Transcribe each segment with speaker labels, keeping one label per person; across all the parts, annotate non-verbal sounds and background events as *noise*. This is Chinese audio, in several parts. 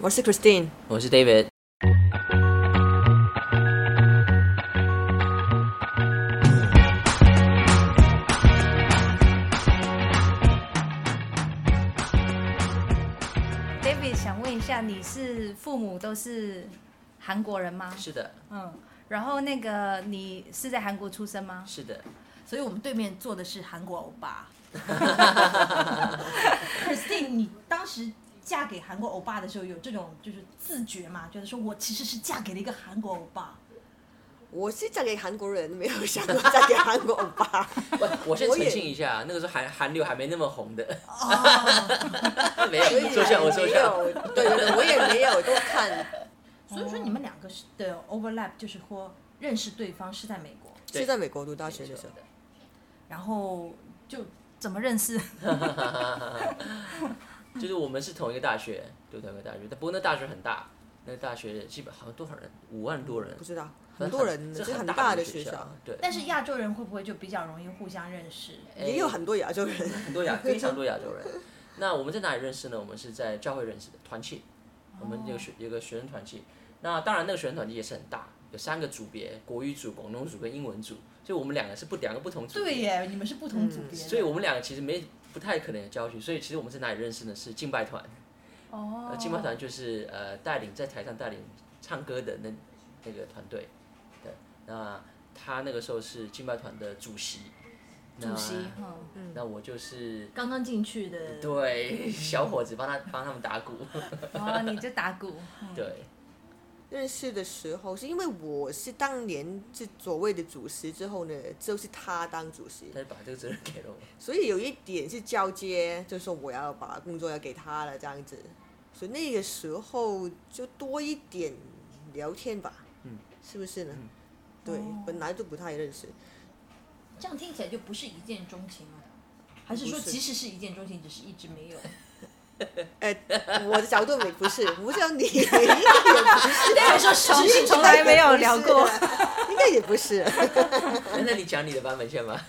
Speaker 1: 我是 Christine。
Speaker 2: 我是 David。
Speaker 3: David，想问一下，你是父母都是韩国人吗？
Speaker 2: 是的，
Speaker 3: 嗯，然后那个你是在韩国出生吗？
Speaker 2: 是的，
Speaker 4: 所以我们对面坐的是韩国欧 *laughs* 巴。Christine，你当时嫁给韩国欧巴的时候，有这种就是自觉吗？觉得说我其实是嫁给了一个韩国欧巴，
Speaker 1: 我是嫁给韩国人，没有想过 *laughs* 嫁给韩国欧巴。
Speaker 3: *laughs*
Speaker 2: 我我先
Speaker 1: 我也
Speaker 2: 澄清一下，那个时候韩韩流还没那么红的，
Speaker 3: 哦
Speaker 2: *laughs* 没
Speaker 1: 所以
Speaker 2: 有，说 *laughs* 笑，我说
Speaker 1: 没
Speaker 2: 笑。
Speaker 1: 有，对对对，我也没有多看，
Speaker 4: 所以说你们两个是的 overlap 就是说认识对方是在美国，
Speaker 2: *laughs* 对
Speaker 1: 是在美国读大学的时候。
Speaker 4: 然后就怎么
Speaker 2: *laughs*
Speaker 4: 认识？
Speaker 2: 就是我们是同一个大学，读同一个大学，但不过那大学很大，那个大学基本好像多少人，五万多人
Speaker 1: 不，知道，很多人
Speaker 2: 这
Speaker 1: 是很
Speaker 2: 大
Speaker 1: 的
Speaker 2: 学
Speaker 1: 学校，，
Speaker 2: 对，
Speaker 4: 但是亚洲人会不会就比较容易互相认识？
Speaker 1: 也有很多亚洲人。
Speaker 2: *laughs* 很
Speaker 3: *laughs*
Speaker 2: 多亚
Speaker 3: 啊
Speaker 2: 非常多亚洲人。那我们在哪里认识呢？我们是在教会认识的团契，我们有学有个学生团契。那当然，那个学生团契也是很大，有三个组别：国语组、广东组跟英文组。就我们两个是不两个不同组别。
Speaker 4: 对耶，你们是不同组别的、
Speaker 2: 所以我们两个其实没不太可能有交集，所以其实我们在哪里认识呢？是敬拜团，
Speaker 3: 哦
Speaker 2: 呃，敬拜团就是呃带领在台上带领唱歌的那那个团队，对，那他那个时候是敬拜团的主席，那
Speaker 3: 主席，嗯，
Speaker 2: 那我就是
Speaker 4: 刚刚进去的，
Speaker 2: 对小伙子帮他帮他们打鼓， *laughs*
Speaker 3: 哦，你就打鼓，嗯
Speaker 2: 对，
Speaker 1: 认识的时候是因为我是当年是所谓的主席之后呢，就是他当主席，
Speaker 2: 他就把这个责任给了 *laughs* 我，
Speaker 1: 所以有一点是交接，就是说我要把工作要给他了这样子，所以那个时候就多一点聊天吧，
Speaker 2: 嗯，
Speaker 1: 是不是呢？
Speaker 2: 嗯
Speaker 1: 对，
Speaker 4: 哦
Speaker 1: 本来就不太认识，
Speaker 4: 这样听起来就不是一见钟情了。还是说，
Speaker 1: 不是
Speaker 4: 即使是一见钟情，只是一直没有？
Speaker 1: 呃，我的角度也不是，我不知道
Speaker 3: *laughs*
Speaker 1: 你应该也不是，啊
Speaker 4: 还说只是从
Speaker 3: 来没有聊过
Speaker 1: 应该也不是。
Speaker 2: 那那你讲你的版本先吧，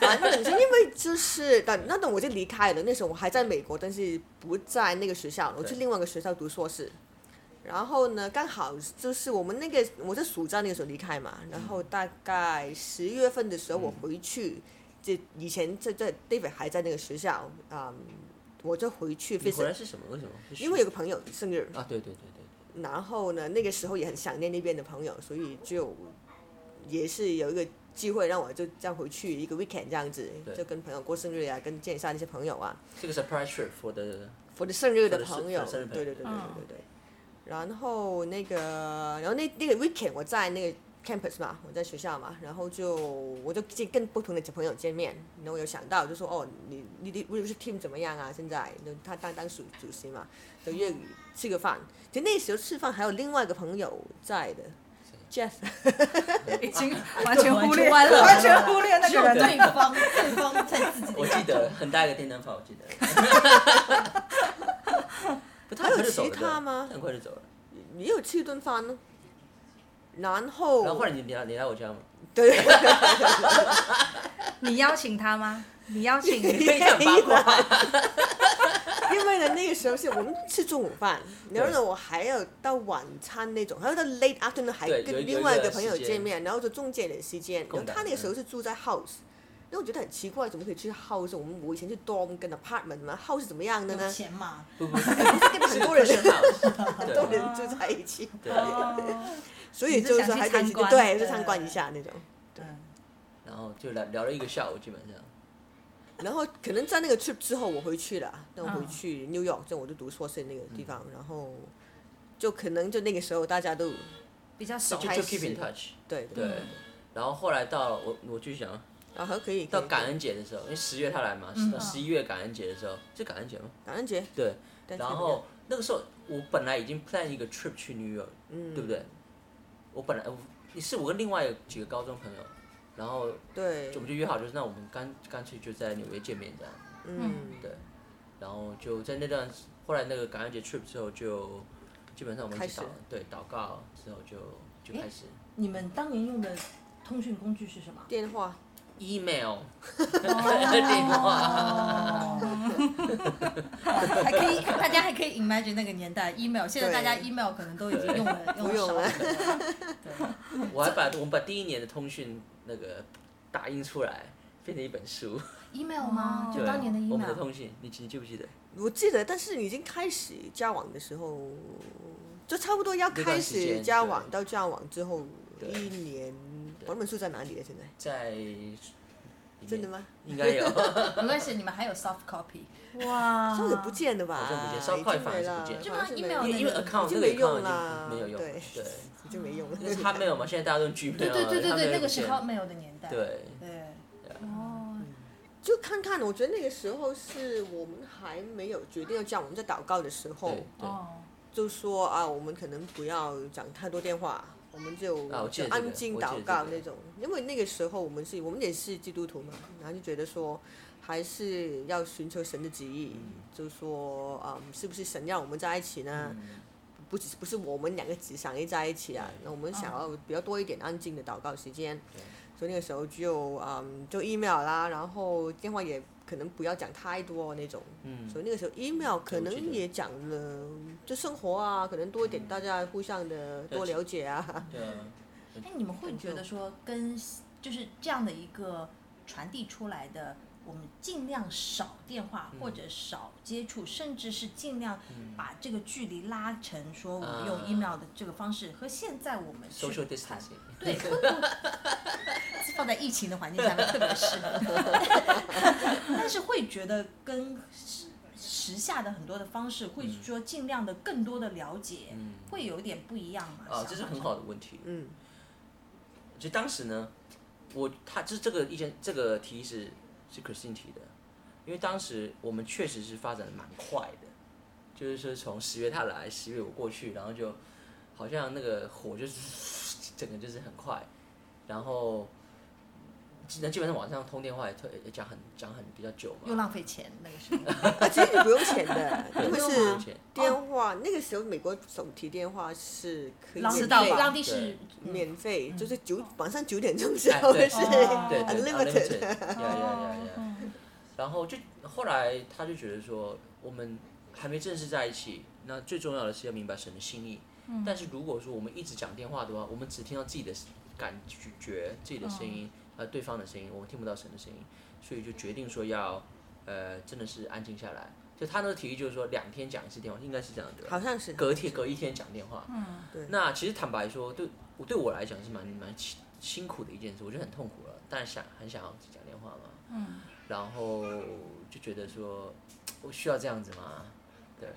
Speaker 1: 反正是因为就是，但那等我就离开了。那时候我还在美国，但是不在那个学校，我去
Speaker 2: 对
Speaker 1: 另外一个学校读硕士。然后呢，刚好就是我们那个我在暑假那个时候离开嘛，然
Speaker 2: 嗯
Speaker 1: 后大概十月份的时候我回去，就以前在在 David 还在那个学校，嗯，我就回去
Speaker 2: 你回来
Speaker 1: visit，
Speaker 2: 是什么？为什么？是
Speaker 1: 因为有个朋友生日，
Speaker 2: 啊，对对对对，
Speaker 1: 然后呢，那个时候也很想念那边的朋友，所以就也是有一个机会让我就这样回去一个 weekend 这样子，
Speaker 2: 对
Speaker 1: 就跟朋友过生日啊，跟见一下那些朋友啊，
Speaker 2: 这个 surprise trip for *laughs* the
Speaker 1: 我的生日的
Speaker 2: for the
Speaker 1: 朋友，
Speaker 2: 生生日
Speaker 1: 对对
Speaker 2: 朋友
Speaker 1: 对对对对对。然后那个，然后那那个 weekend 我在那个 campus 嘛，我在学校嘛，然后就我就见跟不同的小朋友见面，然后我有想到就说哦，你你的 r e l a team 怎么样啊？现在就他当当主主席嘛，就约
Speaker 2: 嗯
Speaker 1: 吃个饭。其实那时候吃饭还有另外一个朋友在的，Jeff， *laughs*
Speaker 3: 已 *laughs* 经完全忽略，
Speaker 4: 完全完了
Speaker 3: 完全忽略那
Speaker 4: 只有
Speaker 3: 个人。
Speaker 4: 对方，对方在自己的
Speaker 2: 我记得 *laughs* 很大一个电灯泡，我记得。 *laughs* 不，他
Speaker 1: 还有
Speaker 2: 很快就走了
Speaker 1: 其他吗
Speaker 2: 他很快就走了。
Speaker 1: 也有吃一顿饭呢。然后，
Speaker 2: 然后后来你你来你来我家吗？
Speaker 1: 对，
Speaker 3: *laughs* 你邀请他吗？你邀
Speaker 1: *laughs*
Speaker 3: 请
Speaker 2: 非常八卦。
Speaker 1: 因为呢， *laughs* 那个时候是我们吃中午饭，然后呢，我还要到晚餐那种，还要到 late afternoon 还
Speaker 2: 对有
Speaker 1: 跟
Speaker 2: 一
Speaker 1: 另外一
Speaker 2: 有一
Speaker 1: 个
Speaker 2: 个
Speaker 1: 朋友
Speaker 2: 时间
Speaker 1: 见面，然后就中间的时间，然
Speaker 2: 空
Speaker 1: 后
Speaker 2: 档
Speaker 1: 他那个时候是住在 house，那我觉得很奇怪，怎么可以去 house？我们我以前去 dorm 跟 apartment 嘛，house 是怎么样的
Speaker 4: 有
Speaker 1: 呢？
Speaker 4: 钱嘛？
Speaker 2: 不 *laughs* 不，
Speaker 1: 跟很多
Speaker 2: *laughs*
Speaker 1: 人
Speaker 2: 是
Speaker 1: 很
Speaker 2: *laughs* 很
Speaker 1: 多人住在一起，
Speaker 2: 对，
Speaker 3: 哦，
Speaker 1: 所以就是
Speaker 3: 你是想去
Speaker 1: 还得去
Speaker 3: 参观
Speaker 1: 对，
Speaker 3: 对
Speaker 1: 就参观一下那种。
Speaker 2: 然后就聊聊了一个下午，基本上。
Speaker 1: 然后可能在那个 trip 之后，我回去了，那我回
Speaker 3: 嗯
Speaker 1: 去 New York，就我就读硕士那个地方，然后就可能就那个时候大家都
Speaker 3: 比较熟
Speaker 2: 就
Speaker 1: 开
Speaker 2: 就
Speaker 1: 始
Speaker 2: keep in touch。
Speaker 1: 对
Speaker 2: 对，然后后来到我我继续讲，
Speaker 1: 然后可以
Speaker 2: 到
Speaker 1: 可以
Speaker 2: 感恩节的时候，因为十月他来嘛，
Speaker 3: 嗯
Speaker 2: 到十一月感恩节的时候，是感恩节吗？
Speaker 1: 嗯感恩节，
Speaker 2: 对，
Speaker 1: 但是
Speaker 2: 然后那个时候我本来已经 plan 一个 trip 去 New York，、对不对？
Speaker 1: 嗯
Speaker 2: 我本来我是我跟另外几个高中朋友，然后
Speaker 1: 对
Speaker 2: 就我，们就约好，就是那我们干干脆就在纽约见面这样。
Speaker 1: 嗯，
Speaker 2: 对，然后就在那段后来那个感恩节 trip 之后就，基本上我们一起
Speaker 1: 开
Speaker 2: 祷
Speaker 1: 始
Speaker 2: 对祷告之后就就开始，
Speaker 4: 你们当年用的通讯工具是什么？
Speaker 1: 电话
Speaker 2: email 电话，
Speaker 4: 哦，
Speaker 3: *laughs* 还可以，大家还可以 imagine 那个年代 email，现在大家 email 可能都已经用了，
Speaker 1: 不用
Speaker 3: 了
Speaker 1: 了
Speaker 3: 少了。对，
Speaker 2: 我还把我们把第一年的通讯那个打印出来，变成一本书。
Speaker 3: email 吗？就
Speaker 2: 对
Speaker 3: 当年的
Speaker 2: 我们的
Speaker 3: email。
Speaker 2: 通信，你记你记不记得？
Speaker 1: 我记得，但是已经开始交往的时候，就差不多要
Speaker 2: 那段
Speaker 1: 开
Speaker 2: 时间
Speaker 1: 始交
Speaker 2: 对
Speaker 1: 往，到交往之后
Speaker 2: 对
Speaker 1: 一年，我们住在哪里啊？现
Speaker 3: 嗯
Speaker 1: 在
Speaker 2: 在
Speaker 1: 真的？吗？哦
Speaker 2: 应该有，
Speaker 1: *laughs*
Speaker 3: 没关系，你们还有 soft copy。
Speaker 4: 哇，
Speaker 1: 好像不见了吧？
Speaker 2: 好像不见稍微快反而是不见
Speaker 1: 已
Speaker 3: 就
Speaker 1: 经没
Speaker 3: 那
Speaker 1: 了，
Speaker 2: 因
Speaker 3: email
Speaker 2: 为因为
Speaker 3: 那个
Speaker 2: account
Speaker 1: 已经
Speaker 2: 那
Speaker 1: 没
Speaker 2: 个 account
Speaker 1: 用啦
Speaker 2: 已经没有用，
Speaker 1: 对
Speaker 2: 对，
Speaker 1: 已经没用了
Speaker 2: 因为。
Speaker 1: *laughs*
Speaker 2: 他没有嘛，现在大家都用 Gmail，
Speaker 3: 对对对
Speaker 2: 呃
Speaker 3: 对
Speaker 2: 他没
Speaker 3: 对，
Speaker 2: 有
Speaker 3: 那个是
Speaker 2: 线
Speaker 3: Hotmail 的年代。
Speaker 2: 对，
Speaker 3: 对。
Speaker 2: 对
Speaker 3: 哦，
Speaker 2: 嗯
Speaker 1: 就看看，我觉得那个时候是我们还没有决定要这样，我们在祷告的时候
Speaker 2: 对对，
Speaker 3: 哦，
Speaker 1: 就说啊，我们可能不要讲太多电话，我们就
Speaker 2: 啊我
Speaker 1: 就
Speaker 2: 记得这个
Speaker 1: 安静
Speaker 2: 我记得
Speaker 1: 祷告
Speaker 2: 这个
Speaker 1: 那种。因为那个时候我们是，我们也是基督徒嘛，然后就觉得说还是要寻求神的旨意，
Speaker 2: 嗯
Speaker 1: 就说啊，是不是神让我们在一起呢？
Speaker 2: 嗯
Speaker 1: 不只是不是我们两个只想要在一起啊，那我们想要比较多一点安静的祷告时间，
Speaker 2: 对
Speaker 1: 所以那个时候就嗯就 email 啦，然后电话也可能不要讲太多那种，
Speaker 2: 嗯，
Speaker 1: 所以那个时候 email 可
Speaker 2: 我记
Speaker 1: 能
Speaker 2: 得
Speaker 1: 也讲了，就生活啊，可能多一点大家互相的
Speaker 2: 对
Speaker 1: 多了解
Speaker 2: *laughs*
Speaker 1: 啊，
Speaker 2: 对啊，
Speaker 3: 哎，你们会觉得说跟就是这样的一个传递出来的，我们尽量少电话或者少接触，甚至是尽量把这个距离拉成说我们用
Speaker 2: 嗯啊
Speaker 3: email 的这个方式和现在我们去
Speaker 2: social distancing，
Speaker 3: 对， *laughs* 会不会放在疫情的环境下面特别适合， *laughs* 但是会觉得跟时时下的很多的方式，会说尽量的更多的了解，
Speaker 2: 嗯，
Speaker 3: 会有一点不一样嘛？
Speaker 2: 啊，
Speaker 3: 想
Speaker 2: 这是
Speaker 3: 法
Speaker 2: 很
Speaker 3: 上
Speaker 2: 好的问题。
Speaker 1: 嗯，
Speaker 2: 就当时呢，我他就是这个意见，这个提议是是 Christine 提的，因为当时我们确实是发展的蛮快的，就是说从十月他来，十月我过去，然后就好像那个火就是整个就是很 *laughs* 快，然后基本基本上晚上通电话也特也讲很讲很比较久
Speaker 3: 又
Speaker 2: 嘛，
Speaker 3: 浪费钱，那个时候。
Speaker 1: 啊，其实你不用钱的，因为
Speaker 3: 不用
Speaker 1: 是
Speaker 3: 吗
Speaker 2: 钱
Speaker 1: 电话，那个时候美国手提电话是可以
Speaker 3: 浪
Speaker 1: 免
Speaker 3: 知
Speaker 1: 费
Speaker 3: 道
Speaker 1: 的
Speaker 3: 浪弟是
Speaker 1: 免费，就是九晚上九点钟之后
Speaker 2: 嗯哎对
Speaker 1: 是
Speaker 3: 哦
Speaker 2: 对对
Speaker 1: 呃 *laughs* unlimited，
Speaker 2: 呀
Speaker 3: 嗯
Speaker 2: 呀呀呀。然后就后来他就觉得说，我们还没正式在一起，那最重要的是要明白神的心意。但是如果说我们一直讲电话的话，我们只听到自己的感觉、自己的声音，呃，对方的声音，我们听不到神的声音，所以就决定说要，呃，真的是安静下来。就他那个提议就是说，两天讲一次电话，应该是这样对吧？
Speaker 1: 好像是
Speaker 2: 隔天隔一天讲电话。
Speaker 3: 嗯，
Speaker 1: 对
Speaker 2: 那其实坦白说，对我对我来讲是蛮蛮辛辛苦的一件事，我觉得很痛苦了，但想很想要讲电话嘛。嗯。然后就觉得说，我需要这样子吗？对。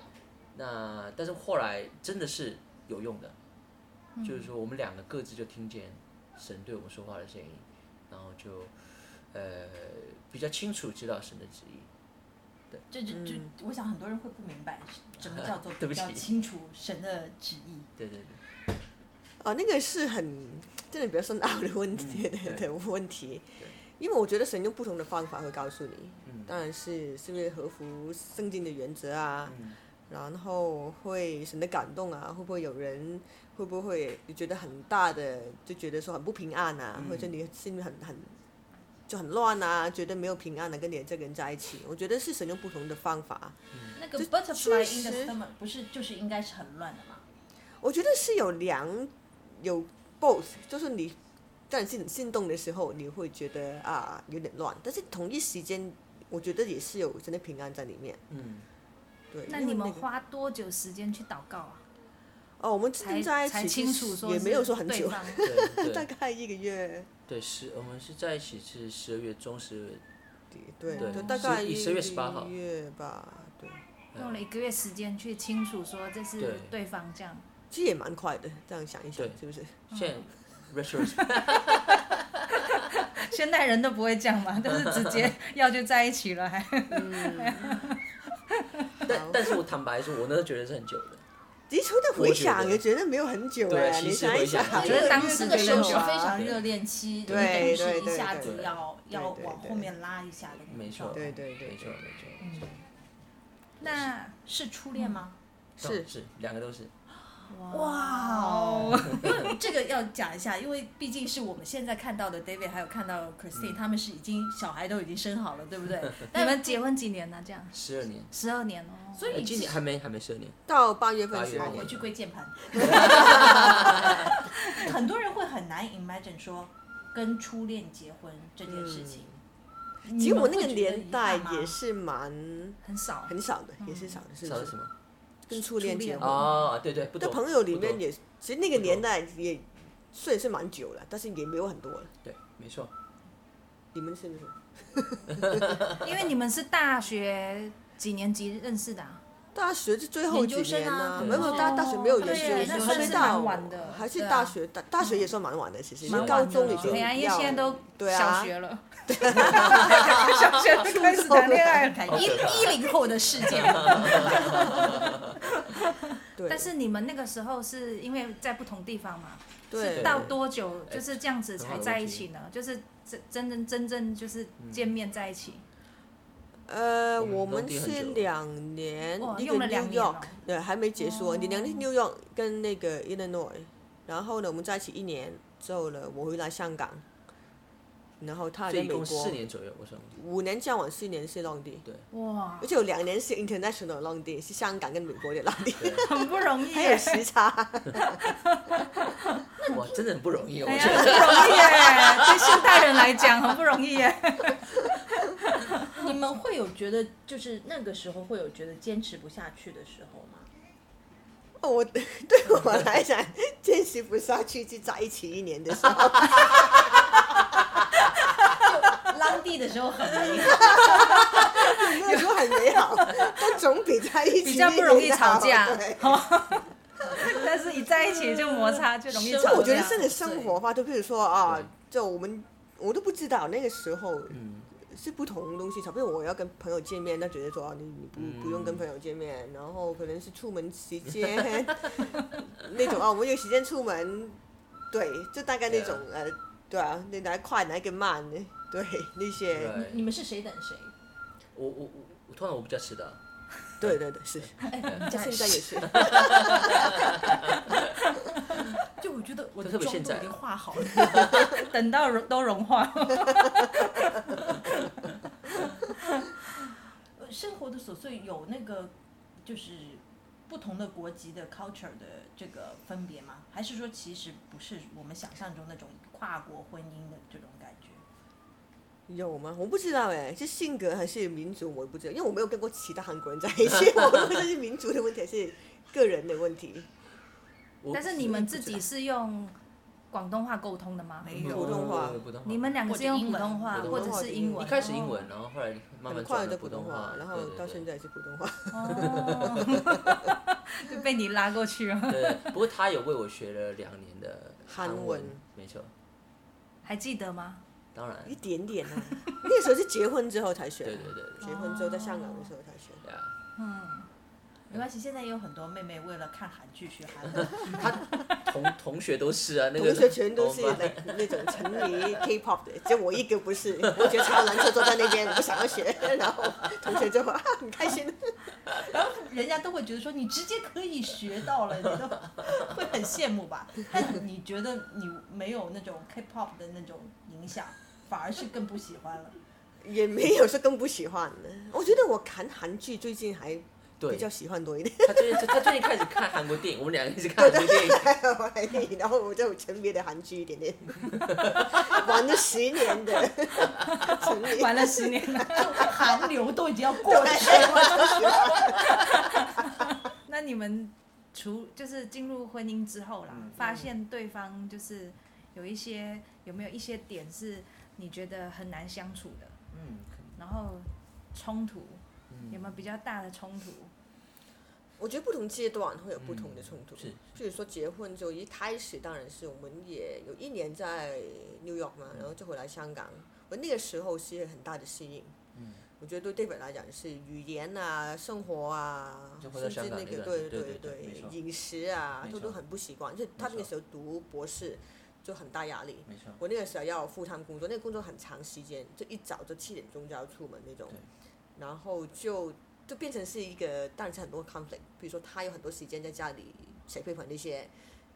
Speaker 2: 那但是后来真的是有用的，就是说我们两个各自就听见神对我们说话的声音，然后就呃比较清楚知道神的旨意。
Speaker 3: 这就就
Speaker 1: 嗯
Speaker 3: 我想很多人会不明白什么叫做
Speaker 2: *laughs* 对不
Speaker 3: 比
Speaker 2: 起
Speaker 3: 较清楚神的旨意。
Speaker 2: 对对对。
Speaker 1: 啊，那个是很真的比较深奥的问题
Speaker 2: 嗯对
Speaker 1: *laughs* 的的问题
Speaker 2: 对，
Speaker 1: 因为我觉得神用不同的方法会告诉你，
Speaker 2: 嗯
Speaker 1: 当然是是不是合乎圣经的原则啊，
Speaker 2: 嗯
Speaker 1: 然后会神的感动啊，会不会有人会不会你觉得很大的就觉得说很不平安啊，
Speaker 2: 嗯
Speaker 1: 或者你心里很很就很乱啊，觉得没有平安的、跟你这个人在一起，我觉得是神用不同的方法，
Speaker 3: 那个
Speaker 1: 这
Speaker 3: butterfly in
Speaker 1: 确
Speaker 3: the
Speaker 1: 实
Speaker 3: stomach 不是就是应该是很乱的嘛？
Speaker 1: 我觉得是有两有 both，就是你在心心动的时候，你会觉得啊有点乱，但是同一时间，我觉得也是有真的平安在里面。 *laughs*
Speaker 2: 嗯
Speaker 1: 对，
Speaker 3: 那
Speaker 1: 因为
Speaker 3: 你们
Speaker 1: 个
Speaker 3: 花多久时间去祷告啊？
Speaker 1: 哦，我们之
Speaker 3: 才
Speaker 1: 前在一
Speaker 3: 才
Speaker 1: 起
Speaker 3: 清
Speaker 1: 其实
Speaker 3: 楚说
Speaker 1: 也没有说很
Speaker 3: 是对
Speaker 1: 久， *laughs*
Speaker 3: 方
Speaker 2: 对
Speaker 1: 大
Speaker 2: 对
Speaker 1: 概一个月
Speaker 2: 对，十我们是在一起是十二月中十二月
Speaker 1: 底，对，
Speaker 2: 对
Speaker 1: 就大概
Speaker 2: 十
Speaker 1: 一
Speaker 2: 十月十八号
Speaker 1: 个月吧，对，
Speaker 3: 用了一个月时间去清楚说这是
Speaker 2: 对
Speaker 3: 对方这样。
Speaker 1: 其实也蛮快的，这样想一想
Speaker 2: 对，
Speaker 1: 是
Speaker 3: *laughs*
Speaker 1: 不是？
Speaker 2: 现
Speaker 1: *laughs*
Speaker 2: 在 retrospect
Speaker 3: 现代人都不会这样嘛，都是直接要就在一起了，
Speaker 1: *laughs*
Speaker 3: 还
Speaker 2: 但但是我坦白说，我那时候觉得是很久的，
Speaker 1: 的确，但回想也觉得没有很久
Speaker 2: 对
Speaker 1: 哎，
Speaker 2: 其
Speaker 1: 你
Speaker 2: 实
Speaker 1: 想
Speaker 2: 回
Speaker 1: 一
Speaker 2: 想
Speaker 1: 想，
Speaker 2: 我
Speaker 3: 觉得当时
Speaker 4: 这
Speaker 1: 那
Speaker 4: 个时候是
Speaker 1: 久啊
Speaker 4: 非常热恋期，
Speaker 1: 对
Speaker 4: 你等
Speaker 1: 对
Speaker 4: 于是一
Speaker 1: 对
Speaker 4: 下子
Speaker 2: 对
Speaker 4: 要
Speaker 1: 对
Speaker 4: 要
Speaker 1: 对
Speaker 4: 往
Speaker 1: 对
Speaker 4: 后面拉一下的那种
Speaker 2: 没错，
Speaker 1: 哦对对对
Speaker 2: 没错没错，
Speaker 4: 嗯
Speaker 3: 那是初恋吗？
Speaker 1: 是
Speaker 2: 是两个都是，
Speaker 3: 哇
Speaker 2: *laughs*
Speaker 3: 哦！因为这个要讲一下，因为毕竟是我们现在看到的 David 还有看到
Speaker 2: 嗯
Speaker 3: Christine，、他们是已经小孩都已经生好了，对不
Speaker 2: *laughs*
Speaker 3: 对？
Speaker 4: 你们结婚几年呢？这样
Speaker 2: 十二年，
Speaker 4: 十二年哦。
Speaker 3: 所
Speaker 2: 哎
Speaker 3: 以
Speaker 2: 今年还没还没十二年，
Speaker 1: 到八月份
Speaker 2: 八
Speaker 1: 十
Speaker 2: 月
Speaker 1: 二
Speaker 2: 份
Speaker 3: 我
Speaker 1: 年
Speaker 3: 回，去跪
Speaker 2: *laughs*
Speaker 3: 键盘。很多人会很难 imagine 说跟初恋结婚这件事情。
Speaker 1: 嗯其实我那个
Speaker 3: 你们会觉得
Speaker 1: 年代
Speaker 3: 遗憾吗
Speaker 1: 也是蛮
Speaker 4: 很少，
Speaker 1: 很少
Speaker 4: 嗯
Speaker 1: 的，也是少的，是
Speaker 2: 少
Speaker 1: 不
Speaker 2: 了
Speaker 1: 是
Speaker 2: 什？么？
Speaker 1: 跟初恋结婚，
Speaker 2: 哦，对对，不
Speaker 1: 在
Speaker 2: 懂。
Speaker 1: 朋友里
Speaker 2: 哦不懂
Speaker 1: 面也，其实那个年代也虽然是蛮久了，但是也没有很多了。
Speaker 2: 对，没错，
Speaker 1: 你们是不是？*laughs*
Speaker 4: 因为你们是大学几年级认识的、啊？
Speaker 1: 大学是最后几
Speaker 3: 研究
Speaker 1: 年
Speaker 3: 生啊
Speaker 1: 呢，没有没有大
Speaker 4: 哦
Speaker 1: 大学没有研
Speaker 4: 对
Speaker 1: 究
Speaker 4: 那
Speaker 1: 生，
Speaker 4: 算
Speaker 1: 还没
Speaker 4: 是
Speaker 1: 到
Speaker 4: 蛮晚的
Speaker 1: 还是
Speaker 4: 对啊
Speaker 1: 大学大大学也算蛮晚的，其实
Speaker 4: 蛮
Speaker 1: 高
Speaker 4: 晚的
Speaker 1: 中
Speaker 4: 了
Speaker 1: 已经
Speaker 4: 对呀、因为
Speaker 1: 要
Speaker 4: 现在都
Speaker 1: 对啊
Speaker 4: 小学了， *laughs* 小学就开始谈恋爱 *laughs* 啊了。
Speaker 3: 一一零后的世界，
Speaker 1: 对，
Speaker 4: 但是你们那个时候是因为在不同地方嘛？
Speaker 1: 对
Speaker 4: 是到多久就是这样子
Speaker 2: 哎
Speaker 4: 才在一起呢？就是真真正真正就是见面在一起，
Speaker 1: 呃，
Speaker 2: 我
Speaker 1: 我
Speaker 2: 们
Speaker 1: 们
Speaker 2: 都低很
Speaker 1: 是
Speaker 2: 久
Speaker 1: 两年
Speaker 4: 哇，
Speaker 1: 一个
Speaker 4: 用了哦两
Speaker 1: New
Speaker 4: 年哦
Speaker 1: York，对，还没结束啊。你两年 New York 跟那个 Illinois，然后呢，我们在一起一年之后呢，我回来香港，然后他还
Speaker 2: 所
Speaker 1: 啊在
Speaker 2: 以一
Speaker 1: 美
Speaker 2: 共
Speaker 1: 国
Speaker 2: 四，年左右，我算过。
Speaker 1: 五年交往，四年是 long d
Speaker 4: 嗯哇，
Speaker 1: 而且有两年是 international long d 是香港跟美国的 long d *laughs*
Speaker 2: 对，
Speaker 4: 很不容易
Speaker 1: 还有
Speaker 4: 耶，
Speaker 1: 时差。
Speaker 2: 哇，真的很不容易，我
Speaker 4: 哎呀，
Speaker 2: 觉
Speaker 4: 很
Speaker 1: 啊 *laughs*
Speaker 2: 得。
Speaker 4: 不容易耶， *laughs* 对现代人来讲很不容易 *laughs* 耶。
Speaker 2: 嗯
Speaker 3: *laughs* 你们会有觉得就是那个时候会有觉得坚持不下去的时候吗？
Speaker 2: *laughs*
Speaker 1: 哦我 *laughs* 对我来讲，坚持不下去是在一起一年的时
Speaker 4: *laughs*
Speaker 1: 候，
Speaker 3: 浪地的时候很美好。
Speaker 1: 那时候很美好，但总比在一起
Speaker 4: 比较不容易
Speaker 1: 一年
Speaker 4: 吵
Speaker 1: 好
Speaker 4: 架
Speaker 1: 对
Speaker 4: 但是一在一起就摩擦，就容易吵
Speaker 1: 这
Speaker 4: 架。
Speaker 1: 我觉得真的生活吧，就比如说啊
Speaker 2: 对，
Speaker 1: 就我们我都不知道那个时候
Speaker 2: 嗯，
Speaker 1: 是不同的东西。小朋友我要跟朋友见面，他觉得说啊你你不、
Speaker 2: 嗯
Speaker 1: 不用跟朋友见面，然后可能是出门 *laughs* 时间那种啊，我们有时间出门，对，就大概那种呃，对啊，你来快哪一个慢呢？对那些，
Speaker 2: 对
Speaker 3: 你们是谁等谁？
Speaker 2: 我我我我通常我比较迟到，
Speaker 1: 对对对是，
Speaker 3: 哎，
Speaker 1: 现在也 *laughs* 是，
Speaker 3: 就我觉得我的
Speaker 2: 特别
Speaker 3: 妆
Speaker 2: 现
Speaker 3: 都
Speaker 2: 在
Speaker 3: 已经化好了，
Speaker 4: 等到融都融化了。
Speaker 3: 呃生活的琐碎有那个就是不同的国籍的 culture 的这个分别吗？还是说其实不是我们想象中那种跨国婚姻的这种感觉？
Speaker 1: 有吗？我不知道哎，是性格还是民族，我也不知道，因为我没有跟过其他韩国人在一 *laughs* 起，我不知道是民族的问题还是个人的问题。
Speaker 2: 我哎
Speaker 4: 但是你们自己是用广东话沟通的吗？
Speaker 3: 没有
Speaker 1: 普通话
Speaker 2: 嗯普通话
Speaker 4: 你们两个是用普通话
Speaker 2: 或者英文
Speaker 4: 或者是英文？哦
Speaker 2: 一开始英文，然后后来慢慢
Speaker 1: 很快
Speaker 2: 转
Speaker 1: 的
Speaker 2: 了
Speaker 1: 普
Speaker 2: 普
Speaker 1: 通
Speaker 2: 通
Speaker 1: 话，然后到现
Speaker 2: 在。
Speaker 1: 在也是普通
Speaker 2: *laughs*
Speaker 1: 话。
Speaker 4: 哦，就被你拉过去了。
Speaker 2: 对，不过他有为我学了两年的
Speaker 1: 韩
Speaker 2: 文，
Speaker 1: 文
Speaker 2: 没错，
Speaker 4: 还记得吗？
Speaker 2: 当然，
Speaker 1: 一点点啊，那个时候是结婚之后才学，啊
Speaker 2: 对对对
Speaker 1: 结
Speaker 2: 对
Speaker 1: 婚之后在香港的时候才学。
Speaker 2: 对啊。
Speaker 3: 没关系，现在也有很多妹妹为了看韩剧学韩文。
Speaker 2: 同 *laughs* 同学都是啊，那个
Speaker 1: 同学全都是
Speaker 2: 我们班
Speaker 1: 那那种沉迷 K-pop 的，只有我一个不是，我觉得超难受，坐在那边我不想要学，然后同学就啊很开心，
Speaker 3: *laughs* 然后人家都会觉得说你直接可以学到了，你都 *laughs* 会很羡慕吧？但你觉得你没有那种 K-pop 的那种影响，反而是更不喜欢了。
Speaker 1: 也没有说更不喜欢的。我觉得我看韩剧最近还比
Speaker 2: 对，
Speaker 1: 较喜欢多一点，
Speaker 2: *laughs* 他最近他最近开始看韩国电影，我们两个一直看韩国电影，
Speaker 1: 然后我就沉迷的韩剧一点点，玩了十年的沉迷。
Speaker 4: 玩了十年了。
Speaker 3: *laughs* 就韩流都已经要过去了，
Speaker 4: 那你们除就是进入婚姻之后啦，
Speaker 2: 嗯
Speaker 4: 发现对方就是有一些有没有一些点是你觉得很难相处的，
Speaker 2: 嗯，
Speaker 4: 然后冲突
Speaker 2: 嗯
Speaker 4: 有没有比较大的冲突？
Speaker 1: 我觉得不同阶段会有不同的冲突。
Speaker 2: 嗯是
Speaker 1: 譬如说结婚之后，一开始当然是我们也有一年在 New York 嘛，
Speaker 2: 嗯
Speaker 1: 然后就回来香港。我那个时候是很大的适应。
Speaker 2: 嗯。
Speaker 1: 我觉得对 David 来讲是语言啊、生活啊，
Speaker 2: 就
Speaker 1: 甚
Speaker 2: 回到
Speaker 1: 至
Speaker 2: 香港
Speaker 1: 那
Speaker 2: 那
Speaker 1: 个
Speaker 2: 段
Speaker 1: 对
Speaker 2: 对对对
Speaker 1: 对
Speaker 2: 没错
Speaker 1: 饮食啊，他
Speaker 2: 没错
Speaker 1: 都很不习惯。就他那个时候读博士就很大压力。
Speaker 2: 没错，
Speaker 1: 我那个时候要赴汤工作，那个工作很长时间，就一早就七点钟就要出门那种
Speaker 2: 对，
Speaker 1: 然后就就变成是一个，当然是很多 conflict，比如说他有很多时间在家里谁配合那些。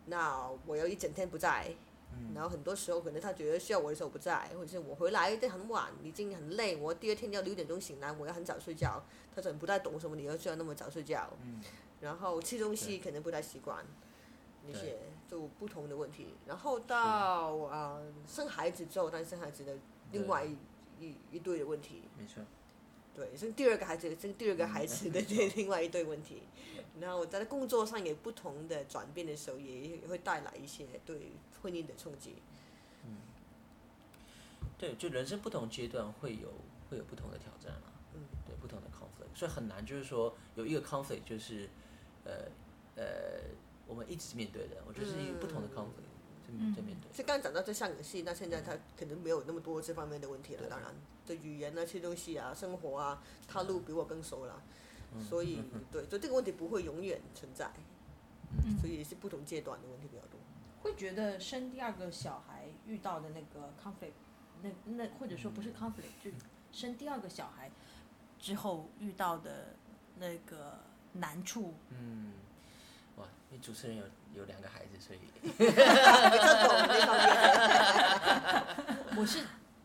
Speaker 1: 那我要一整天不在，
Speaker 2: 嗯
Speaker 1: 然后很多时候可能他觉得需要我的时候不在，或者是我回来的很晚，已经很累，我第二天要六点钟醒来，我要很早睡觉，他可能不太懂为什么你要需要那么早睡觉，然后吃东西可能不太习惯，那些就不同的问题。然后到呃生孩子之后，但是生孩子的另外一一一堆的问题，
Speaker 2: 没错，
Speaker 1: 对，生第二个孩子，生第二个孩子的这另外一堆问题，然后在工作上有不同的转变的时候，也也会带来一些对婚姻的冲击。
Speaker 2: 对，就人生不同阶段会有会有不同的挑战啊，
Speaker 1: 嗯，
Speaker 2: 对，不同的 conflict，所以很难就是说有一个 conflict 就是，呃呃，我们一直面对的，我觉得是一个不
Speaker 1: 嗯
Speaker 2: 同的 conflict 在面、在面对。
Speaker 1: 所以刚刚讲到这上演戏，那现在他可能没有那么多这方面的问题了。
Speaker 2: 对
Speaker 1: 当然，对语言啊、吃东西啊、生活啊，他路比我更熟了，
Speaker 2: 嗯
Speaker 1: 所以对，所以这个问题不会永远存在，
Speaker 3: 嗯
Speaker 1: 所以是不同阶段的问题比较多。
Speaker 4: 会觉得生第二个小孩遇到的那个 conflict，那那或者说不是
Speaker 2: 嗯
Speaker 4: conflict，、就生第二个小孩之后遇到的那个难处，
Speaker 2: 嗯， *laughs* 哇，因为主持人有有两个孩子，所以
Speaker 1: 比较懂这方面，
Speaker 4: 我是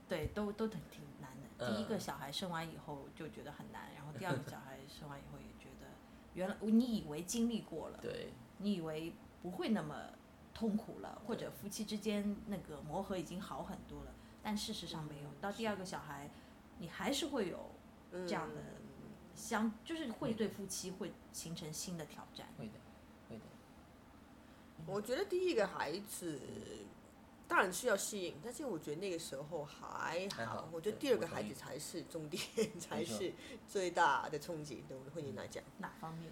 Speaker 4: 对都都挺挺难的。
Speaker 2: 嗯
Speaker 4: 第一个小孩生完以后就觉得很难，然后第
Speaker 2: *laughs*
Speaker 4: 二个小孩生完以后也觉得，原来你以为经历过了，
Speaker 2: 对，
Speaker 4: 你以为不会那么痛苦了，或者夫妻之间那个磨合已经好很多了，但事实上没有。
Speaker 2: 嗯
Speaker 4: 到第二个小孩，你还是会有
Speaker 1: 嗯
Speaker 4: 这样的相，就是会对夫妻会形成新的挑战。
Speaker 2: 会的，会的，
Speaker 1: 我觉得第一个孩子当然需要吸引，但是我觉得那个时候还好。
Speaker 2: 还好
Speaker 1: 我觉得
Speaker 2: 对
Speaker 1: 第二
Speaker 2: 我
Speaker 1: 个
Speaker 2: 同
Speaker 1: 孩
Speaker 2: 意
Speaker 1: 子才是重点， *laughs* 才
Speaker 2: 没错
Speaker 1: 是最大的冲击对我们婚姻来讲。
Speaker 4: 哪方面？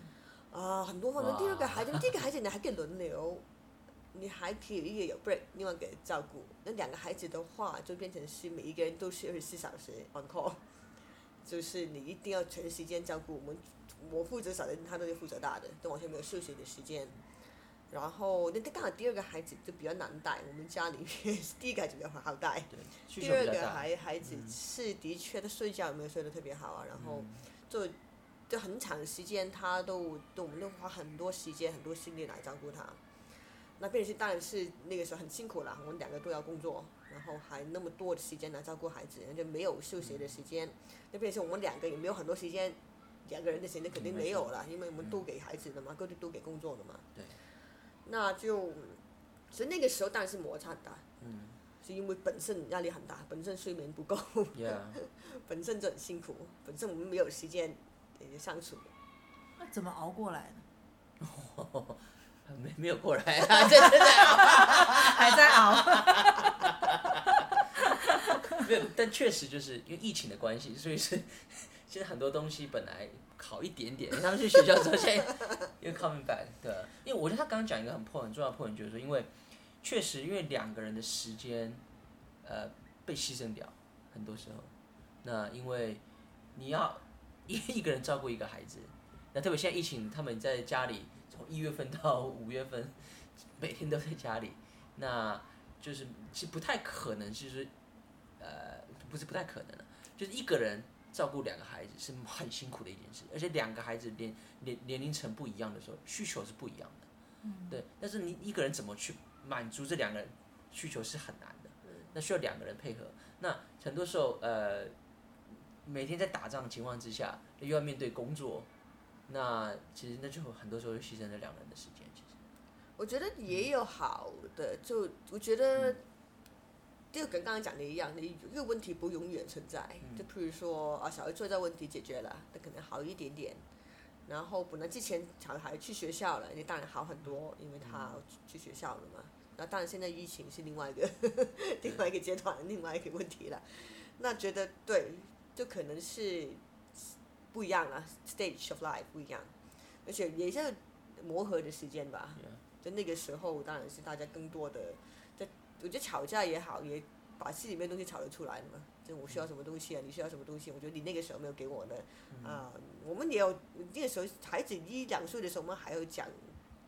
Speaker 1: 啊，很多方面。
Speaker 2: 哇
Speaker 1: 第二个孩子，第一个孩子你还可以轮流，你还可以一个有 break，另外给照顾。那两个孩子的话，就变成是每一个人都是二十四小时 on call，就是你一定要全时间照顾我们。我负责小的，他都是负责大的，都完全没有休息的时间。然后那那刚好第二个孩子就比较难带，我们家里面 *laughs* 第一个孩子比较好带，
Speaker 2: 对，需
Speaker 1: 第
Speaker 2: 求
Speaker 1: 二
Speaker 2: 比较
Speaker 1: 个
Speaker 2: 大，嗯
Speaker 1: 孩孩子是的确他睡觉也没有睡得特别好啊，然后就就很长时间他都都我们都花很多时间很多心力来照顾他。那便是当然是那个时候很辛苦啦，我们两个都要工作，然后还那么多的时间来照顾孩子，就没有休息的时间。那便是我们两个也没有很多时间，两个人的时间肯定没有了，因为我们都给孩子的嘛，各自都给工作的嘛。
Speaker 2: 嗯对。
Speaker 1: 那就，所以那个时候当然是摩擦很大，
Speaker 2: 嗯
Speaker 1: 是因为本身压力很大，本身睡眠不够，
Speaker 2: ，Yeah，
Speaker 1: *laughs* 本身就很辛苦，本身我们没有时间呃相处。
Speaker 4: 那怎么熬过来呢？
Speaker 2: 没没有过来
Speaker 1: *laughs*
Speaker 2: 啊，真的
Speaker 4: 还在熬。
Speaker 2: 没有，但确实就是因为疫情的关系，所以是现在很多东西本来考一点点，因为他们去学校之后，现在又 coming back，对啊，因为我觉得他刚刚讲一个很 point 很重要的 point，就是说，因为确实因为两个人的时间，呃，被牺牲掉，很多时候，那因为你要一一个人照顾一个孩子，那特别现在疫情，他们在家里从一月份到五月份，每天都在家里，那就是是不太可能，就是呃，不是不太可能的、就是一个人照顾两个孩子是很辛苦的一件事，而且两个孩子年年年龄层不一样的时候，需求是不一样的，嗯，对。但是你一个人怎么去满足这两个人需求是很难的，那需要两个人配合。那很多时候，呃，每天在打仗的情况之下，又要面对工作，那其实那就很多时候就牺牲了两个人的时间，其实，
Speaker 1: 我觉得也有好的，就我觉得就跟刚刚讲的一样，你这个问题不永远存在。就譬如说啊，小孩睡觉问题解决了，那可能好一点点。然后本来之前小孩去学校了，你当然好很多，因为他去学校了嘛。那当然，现在疫情是另外一个 *laughs* 另外一个阶段，另外一个问题了。那觉得对，就可能是不一样了，stage of life 不一样，而且也是磨合的时间吧。就那个时候，当然是大家更多的在，我觉得吵架也好，也把心里面的东西吵得出来的嘛。就我需要什么东西啊，你需要什么东西？我觉得你那个时候没有给我的啊、我们也有那个时候孩子一两岁的时候，我们还有讲。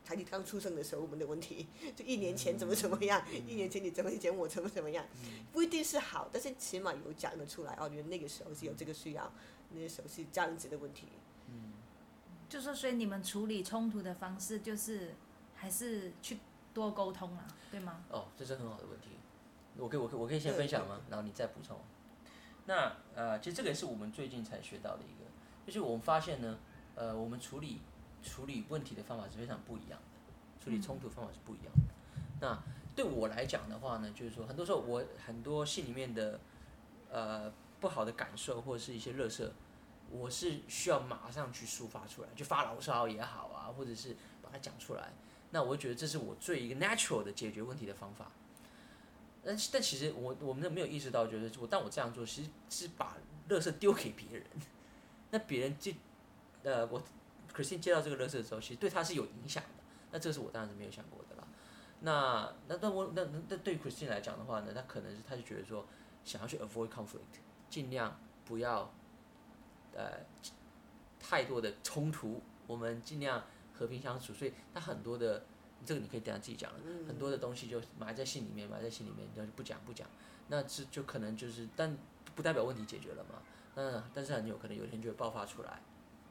Speaker 1: 孩子刚出生的时候，我们的问题就一年前怎么怎么样，一年前你怎么怎么我怎么怎么样，不一定是好，但是起码有讲得出来。哦，原来那个时候是有这个需要，那个时候是这样子的问题。
Speaker 3: 就说所以你们处理冲突的方式就是还是去多沟通啊，对吗？
Speaker 2: 哦，这是很好的问题。我可以，我可以，我可以先
Speaker 1: 对
Speaker 2: 分享吗？然后你再补充。那呃，其实这个也是我们最近才学到的一个，就是我们发现呢，呃，我们处理处理问题的方法是非常不一样的，处理冲突方法是不一样的。那对我来讲的话呢，就是说，很多时候我很多心里面的呃不好的感受或者是一些热色，我是需要马上去抒发出来，就发牢骚也好啊，或者是把它讲出来。那我觉得这是我最一个 natural 的解决问题的方法。但是但其实我我们都没有意识到，就是我当我这样做，其实是把垃圾丢给别人。 *laughs* 那别人接，呃，我 Christine 接到这个垃圾的时候，其实对他是有影响的。那这个是我当然是没有想过的啦。那那那我那那那对于 Christine 来讲的话呢，他可能是他就觉得说，想要去 avoid conflict，尽量不要，呃，太多的冲突，我们尽量和平相处。所以他很多的这个你可以等下自己讲了，
Speaker 1: 嗯
Speaker 2: 很多的东西就埋在心里面，埋在心里面，然后就不讲不讲，那这就可能就是，但不代表问题解决了嘛。那但是很有可能有一天就会爆发出来。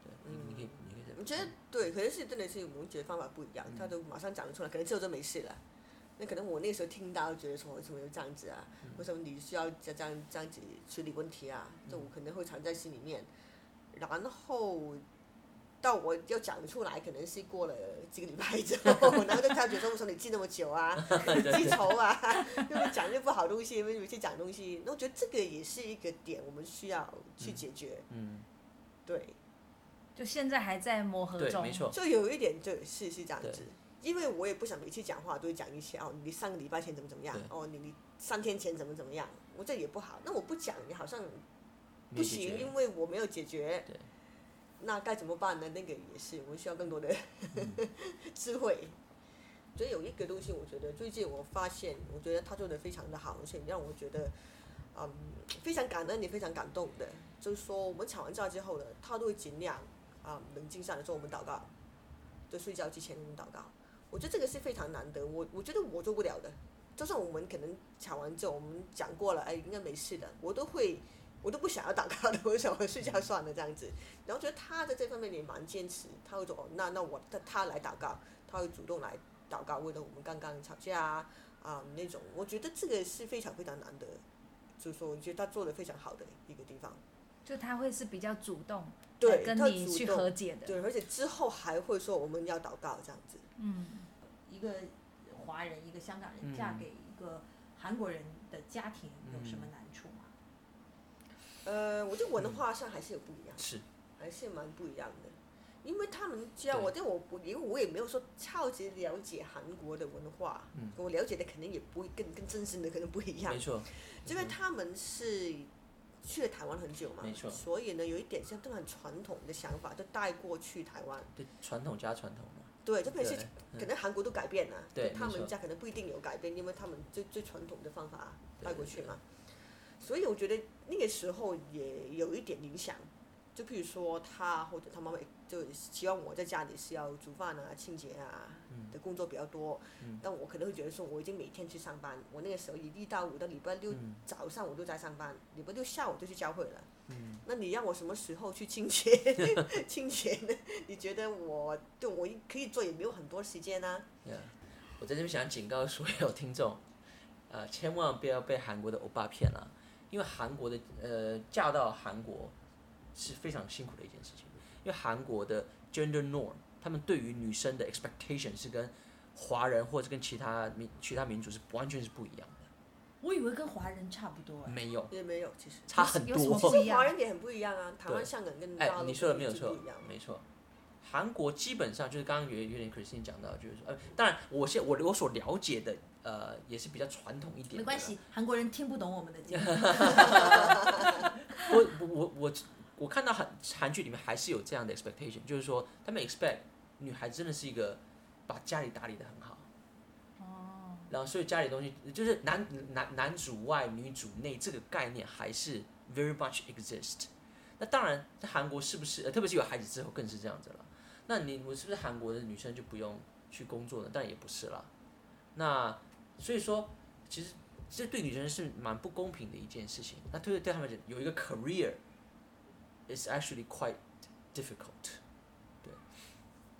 Speaker 2: 对，你你可以你可以。
Speaker 1: 我觉得对，可能是真的是我们解决方法不一样，他都马上讲得出来，可能之后就没事了。那可能我那时候听到，觉得说为什么又这样子啊？
Speaker 2: 嗯
Speaker 1: 为什么你需要这样这样子处理问题啊？这我
Speaker 2: 嗯
Speaker 1: 可能会藏在心里面，然后到我要讲出来，可能是过了几个
Speaker 2: *laughs*
Speaker 1: 礼拜之后，然后就他觉得说为什么你记那么久啊？记仇啊？又会讲那不好东西，为什么去讲东西？那我觉得这个也是一个点，我们需要去解决。
Speaker 2: 嗯，
Speaker 1: 对，
Speaker 3: 就现在还在磨合
Speaker 2: 对，
Speaker 3: 中，
Speaker 2: 没错。
Speaker 1: 就有一点就是是这样子，因为我也不想每次讲话都会讲一些哦，你上个礼拜前怎么怎么样
Speaker 2: 对，
Speaker 1: 哦，你你三天前怎么怎么样，我这也不好。那我不讲，你好像
Speaker 2: 没
Speaker 1: 不
Speaker 2: 有解
Speaker 1: 行，
Speaker 2: 决
Speaker 1: 因为我没有解决
Speaker 2: 对。
Speaker 1: 那该怎么办呢？那个也是，我们需要更多的
Speaker 2: 嗯
Speaker 1: *laughs* 智慧。所以有一个东西，我觉得最近我发现，我觉得他做的非常的好，而且让我觉得，嗯，非常感恩也非常感动的，就是说我们吵完架之后呢，他都会尽量啊、冷静下来之后我们祷告，就睡觉之前我们祷告。我觉得这个是非常难得，我我觉得我做不了的。就算我们可能吵完之后，我们讲过了，哎，应该没事的，我都会我都不想要祷告的，我 *laughs* 就想我睡觉算了这样子。然后觉得他在这方面也蛮坚持，他会说哦，那那我他他来祷告，他会主动来祷告，为了我们刚刚吵架啊、啊那种，我觉得这个是非常非常难得，就是说我觉得他做的非常好的一个地方，
Speaker 3: 就他会是比较主动，
Speaker 1: 对，
Speaker 3: 跟
Speaker 1: 他
Speaker 3: 你
Speaker 1: 主
Speaker 3: 去
Speaker 1: 动
Speaker 3: 和解的，
Speaker 1: 对，而且之后还会说我们要祷告这样子，
Speaker 3: 嗯，
Speaker 4: 一个华人，一个香港
Speaker 2: 嗯
Speaker 4: 人嫁给一个韩国人的家庭有什么难处吗？
Speaker 1: 呃，我觉得
Speaker 3: 嗯
Speaker 1: 文化上还是有不一样。
Speaker 2: 是，
Speaker 1: 还是蛮不一样的，因为他们教我，
Speaker 2: 对
Speaker 1: 但我不，因为我也没有说超级了解韩国的文化，
Speaker 2: 嗯
Speaker 1: 我了解的肯定也不会跟跟真实的可能不一样
Speaker 2: 没，错。嗯
Speaker 1: 因为他们是去了台湾很久嘛
Speaker 2: 没，错
Speaker 1: 所以呢，有一点像他们很传统的想法，就带过去台湾，
Speaker 2: 对，传统加传统嘛。
Speaker 1: 对，这边是
Speaker 2: 对，嗯
Speaker 1: 可能韩国都改变了，
Speaker 2: 对
Speaker 1: 就他
Speaker 2: 没
Speaker 1: 们
Speaker 2: 错
Speaker 1: 家可能不一定有改变，因为他们最最传统的方法
Speaker 2: 对
Speaker 1: 带过去嘛。所以我觉得那个时候也有一点影响，就譬如说他或者他妈妈就希望我在家里是要煮饭啊、清洁啊的工作比较多，但我可能会觉得说我已经每天去上班，我那个时候一一到五到礼拜六
Speaker 2: 嗯
Speaker 1: 早上我都在上班，礼拜六下午就去教会了。那你让我什么时候去清洁？ *laughs* 清洁呢？你觉得我对我可以做也没有很多时间啊。
Speaker 2: Yeah. 我在这边想警告所有听众，啊、千万不要被韩国的欧巴骗了，因为韩国的呃嫁到韩国是非常辛苦的一件事情，因为韩国的 gender norm，他们对于女生的 expectation 是跟华人或者跟其他民其他民族是完全是不一样
Speaker 4: 我以为跟华人差不多
Speaker 2: 的，
Speaker 4: 哎，
Speaker 2: 没有
Speaker 1: 也没有，其实
Speaker 2: 差很
Speaker 3: 有什么
Speaker 2: 多。
Speaker 3: 不一样
Speaker 1: 华？人也很不一样啊，台湾、
Speaker 2: 对
Speaker 1: 香港跟
Speaker 2: 哎
Speaker 1: 大，陆
Speaker 2: 你说的没有
Speaker 1: 就
Speaker 2: 错
Speaker 1: 不一样，
Speaker 2: 没错。韩国基本上就是刚刚有有点 Christine 讲到，就是说，呃，当然我现我我所了解的，呃，也是比较传统一点。
Speaker 4: 没关。系，韩国人听不懂我们的节目。
Speaker 2: *laughs* 我我我我我看到韩韩剧里面还是有这样的 expectation，就是说他们 expect 女孩子真的是一个把家里打理的很好，
Speaker 3: 哦，
Speaker 2: 然后所以家里东西就是男男男主外女主内这个概念还是 very much exist。那当然，在韩国是不是，呃、特别是有孩子之后更是这样子了。那你我是不是韩国的女生就不用去工作呢？当然也不是啦。那所以说，其实这对女生是蛮不公平的一件事情。那对对他们来讲有一个 career is actually quite difficult 对。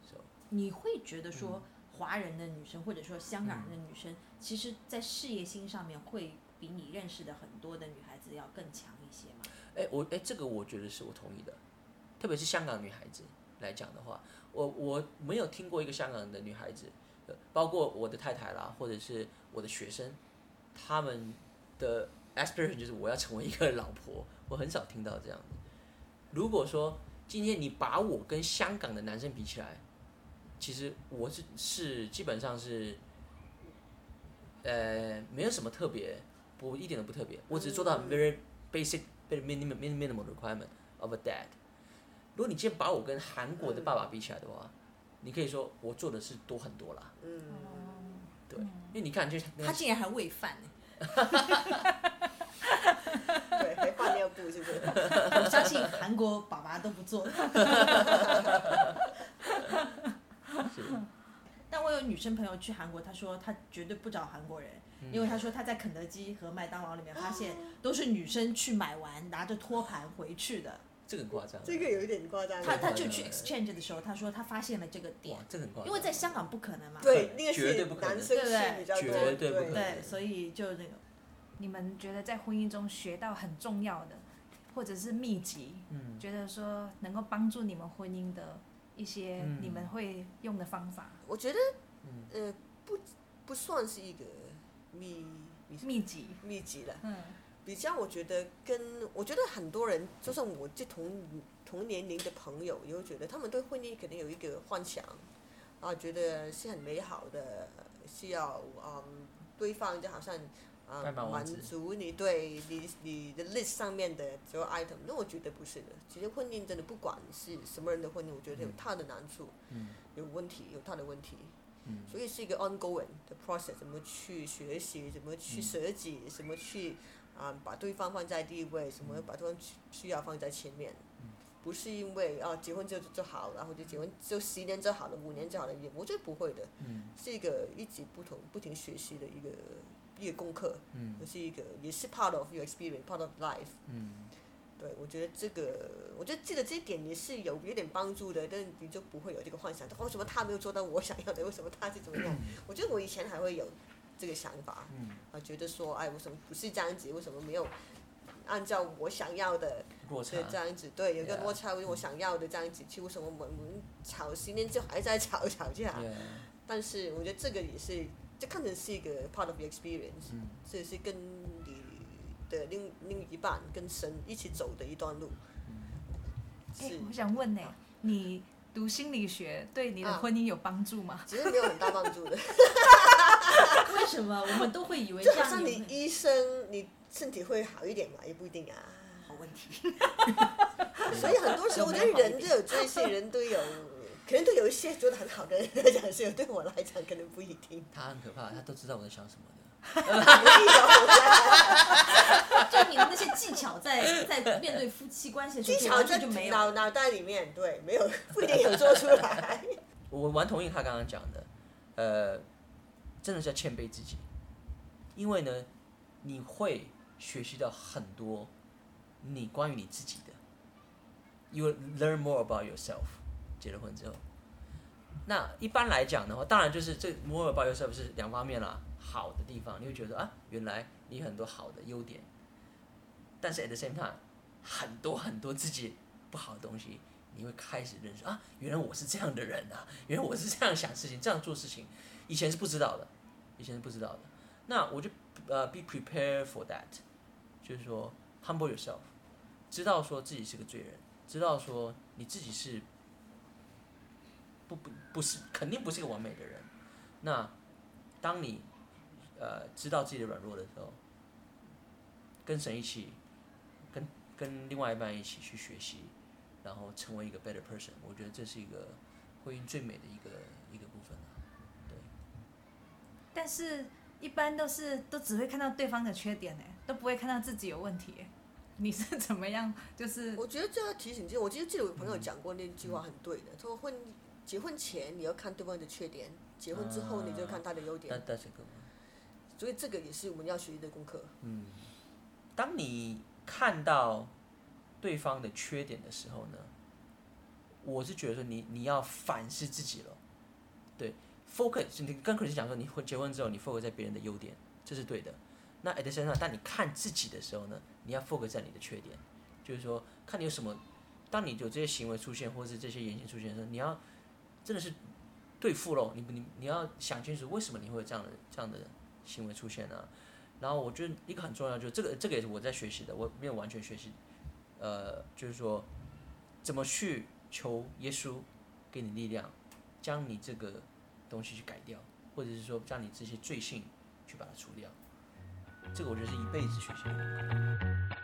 Speaker 2: So, 嗯
Speaker 4: 你会觉得说
Speaker 3: 华人的女生或者说香港人的女生，其实在事业心上面会比你认识的很多的女孩子要更强一些嘛。
Speaker 2: 哎，我哎，这个我觉得是我同意的，特别是香港女孩子来讲的话，我我没有听过一个香港的女孩子，呃包括我的太太啦，或者是我的学生，他们的 aspiration 就是我要成为一个老婆，我很少听到这样的。如果说今天你把我跟香港的男生比起来，其实我是是基本上是，呃，没有什么特别，不一点都不特别，我只是做到 very basic very minimum minimum requirement of a dad。如果你今天把我跟韩国的爸爸比起来的话，你可以说我做的是多很多啦，
Speaker 1: 嗯，
Speaker 2: 对，因为你看就是
Speaker 3: 她竟然还喂饭呢、
Speaker 1: 对，还换尿布是不是？
Speaker 3: 我相信韩国爸爸都不做。
Speaker 2: 是
Speaker 3: 但我有女生朋友去韩国，她说她绝对不找韩国人，
Speaker 1: 嗯
Speaker 3: 因为她说她在肯德基和麦当劳里面发现都是女生去买完拿着托盘回去的。
Speaker 2: 这个很夸张，啊
Speaker 1: 这个有一点夸
Speaker 2: *laughs*
Speaker 1: 张。
Speaker 3: 她
Speaker 2: 太
Speaker 3: 她就去
Speaker 2: 对
Speaker 3: exchange 的时候，她说她发现了这个点
Speaker 2: 哇，，这个很夸张，
Speaker 3: 因为在香港不可能嘛。
Speaker 1: 对，那个
Speaker 2: 绝对
Speaker 1: 是
Speaker 2: 不可能
Speaker 1: 男生是比较多，
Speaker 2: 绝对不可能
Speaker 3: 对，所以就那个
Speaker 4: 你们觉得在婚姻中学到很重要的，或者是秘籍，
Speaker 2: 嗯
Speaker 4: 觉得说能够帮助你们婚姻的一些
Speaker 2: 嗯
Speaker 4: 你们会用的方法、
Speaker 1: 我觉得
Speaker 2: 嗯，
Speaker 1: 呃，不不算是一个秘秘
Speaker 4: 秘籍。
Speaker 1: 秘籍了。
Speaker 4: 嗯，
Speaker 1: 比较，我觉得跟我觉得很多人，就算我这同同年龄的朋友，也会觉得他们对婚姻可能有一个幻想，啊，觉得是很美好的，是要嗯，对方就好像啊、
Speaker 2: 拜把王
Speaker 1: 满
Speaker 2: 子
Speaker 1: 足你对你你的 list 上面的所有 item，那我觉得不是的。其实婚姻真的不管是什么人的婚姻，我觉得有他的难处，
Speaker 2: 嗯
Speaker 1: 有问题，有他的问题。
Speaker 2: 嗯
Speaker 1: 所以是一个 ongoing 的 process，怎么去学习，怎么去舍己，怎么去啊、把对方放在第一位，怎么把对方需需要放在前面，不是因为啊结婚就就好，然后就结婚就十年就好了，五年就好了，也我觉得不会的，
Speaker 2: 嗯
Speaker 1: 是一个一直不同不停学习的一个一个功课，
Speaker 2: 嗯
Speaker 1: 也是一个也是 part of your experience，part of life。
Speaker 2: 嗯，
Speaker 1: 对，我觉得这个，我觉得记得这一点也是有有点帮助的，但你就不会有这个幻想，为什么他没有做到我想要的？为什么他是怎么样？我觉得我以前还会有这个想法，
Speaker 2: 嗯
Speaker 1: 啊，觉得说，哎，为什么不是这样子？为什么没有按照我想要的
Speaker 2: 落差
Speaker 1: 对，这样子？对，有个
Speaker 2: Yeah
Speaker 1: 落差，我想要的这样子去，为什么我们我们吵十年之后还在吵吵架？
Speaker 2: Yeah，
Speaker 1: *laughs* 但是我觉得这个也是，这看成是一个 part of your experience，
Speaker 2: 嗯
Speaker 1: 这也是跟你的另另一半跟神一起走的一段路。
Speaker 2: 嗯
Speaker 4: 哎、
Speaker 1: 是，
Speaker 4: 我想问呢、你读心理学对你的
Speaker 1: 啊
Speaker 4: 婚姻有帮助吗？
Speaker 1: 其实没有很大帮助的，
Speaker 3: *laughs* 为什么我们都会以为
Speaker 1: *laughs* 就
Speaker 3: 这
Speaker 1: 好
Speaker 3: 样
Speaker 1: 像你
Speaker 3: 有
Speaker 1: 医生，你身体会好一点嘛，也不一定啊。
Speaker 3: 好问题？
Speaker 1: *laughs* 所以很多时候，我觉得人都有追星，人都有，可能都有一些做得很好的人来讲是有，对我来讲可能不一
Speaker 3: *laughs*
Speaker 1: 定。
Speaker 2: 他很可怕，他都知道我在想什么的，
Speaker 3: *laughs* 就你的那些技巧在在面对夫妻关系的时候，
Speaker 1: 技巧
Speaker 3: 这
Speaker 1: 在
Speaker 3: 就没有
Speaker 1: 脑脑袋里面，对，没有不一定有做出
Speaker 3: *laughs*
Speaker 1: 来。
Speaker 2: 我蛮同意他刚刚讲的，呃，真的是要谦卑自己，因为呢，你会学习到很多你关于你自己的，you will learn more about yourself。结了婚之后，那一般来讲的话，当然就是这 more about yourself 是两方面啦，好的地方你会觉得啊，原来你很多好的优点，但是 at the same time，很多很多自己不好的东西，你会开始认识啊，原来我是这样的人啊，原来我是这样想事情，这样做事情，以前是不知道的，以前是不知道的。那我就呃、be prepared for that，就是说 humble yourself，知道说自己是个罪人，知道说你自己是不不不是肯定不是个完美的人。那当你呃知道自己的软弱的时候，跟神一起，跟跟另外一半一起去学习，然后成为一个 better person，我觉得这是一个婚姻最美的一个一个部分啊。
Speaker 4: 但是一般都是都只会看到对方的缺点呢、欸都不会看到自己有问题欸、你是怎么样？就是
Speaker 1: 我觉得这要提醒自己，我记得记得我朋友讲过那句话很对的，他说婚结婚前你要看对方的缺点，结婚之后你就看他的优
Speaker 2: 那
Speaker 1: 点，
Speaker 2: 那这个，
Speaker 1: 所以这个也是我们要学习的功课。
Speaker 2: 嗯，当你看到对方的缺点的时候呢，我是觉得说你你要反思自己了，对， focus，你跟 Chris 讲说，你婚结婚之后，你 focus 在别人的优点，这是对的。那 at the same time，当你看自己的时候呢，你要 focus 在你的缺点，就是说，看你有什么，当你有这些行为出现，或是这些言行出现的时候，你要真的是对付咯，你你你要想清楚，为什么你会有这样的这样的行为出现啊呢、然后我觉得一个很重要，就是这个这个也是我在学习的，我没有完全学习，呃，就是说怎么去求耶稣给你力量，将你这个东西去改掉，或者是说将你这些罪性去把它除掉。这个我觉得是一辈子学习的。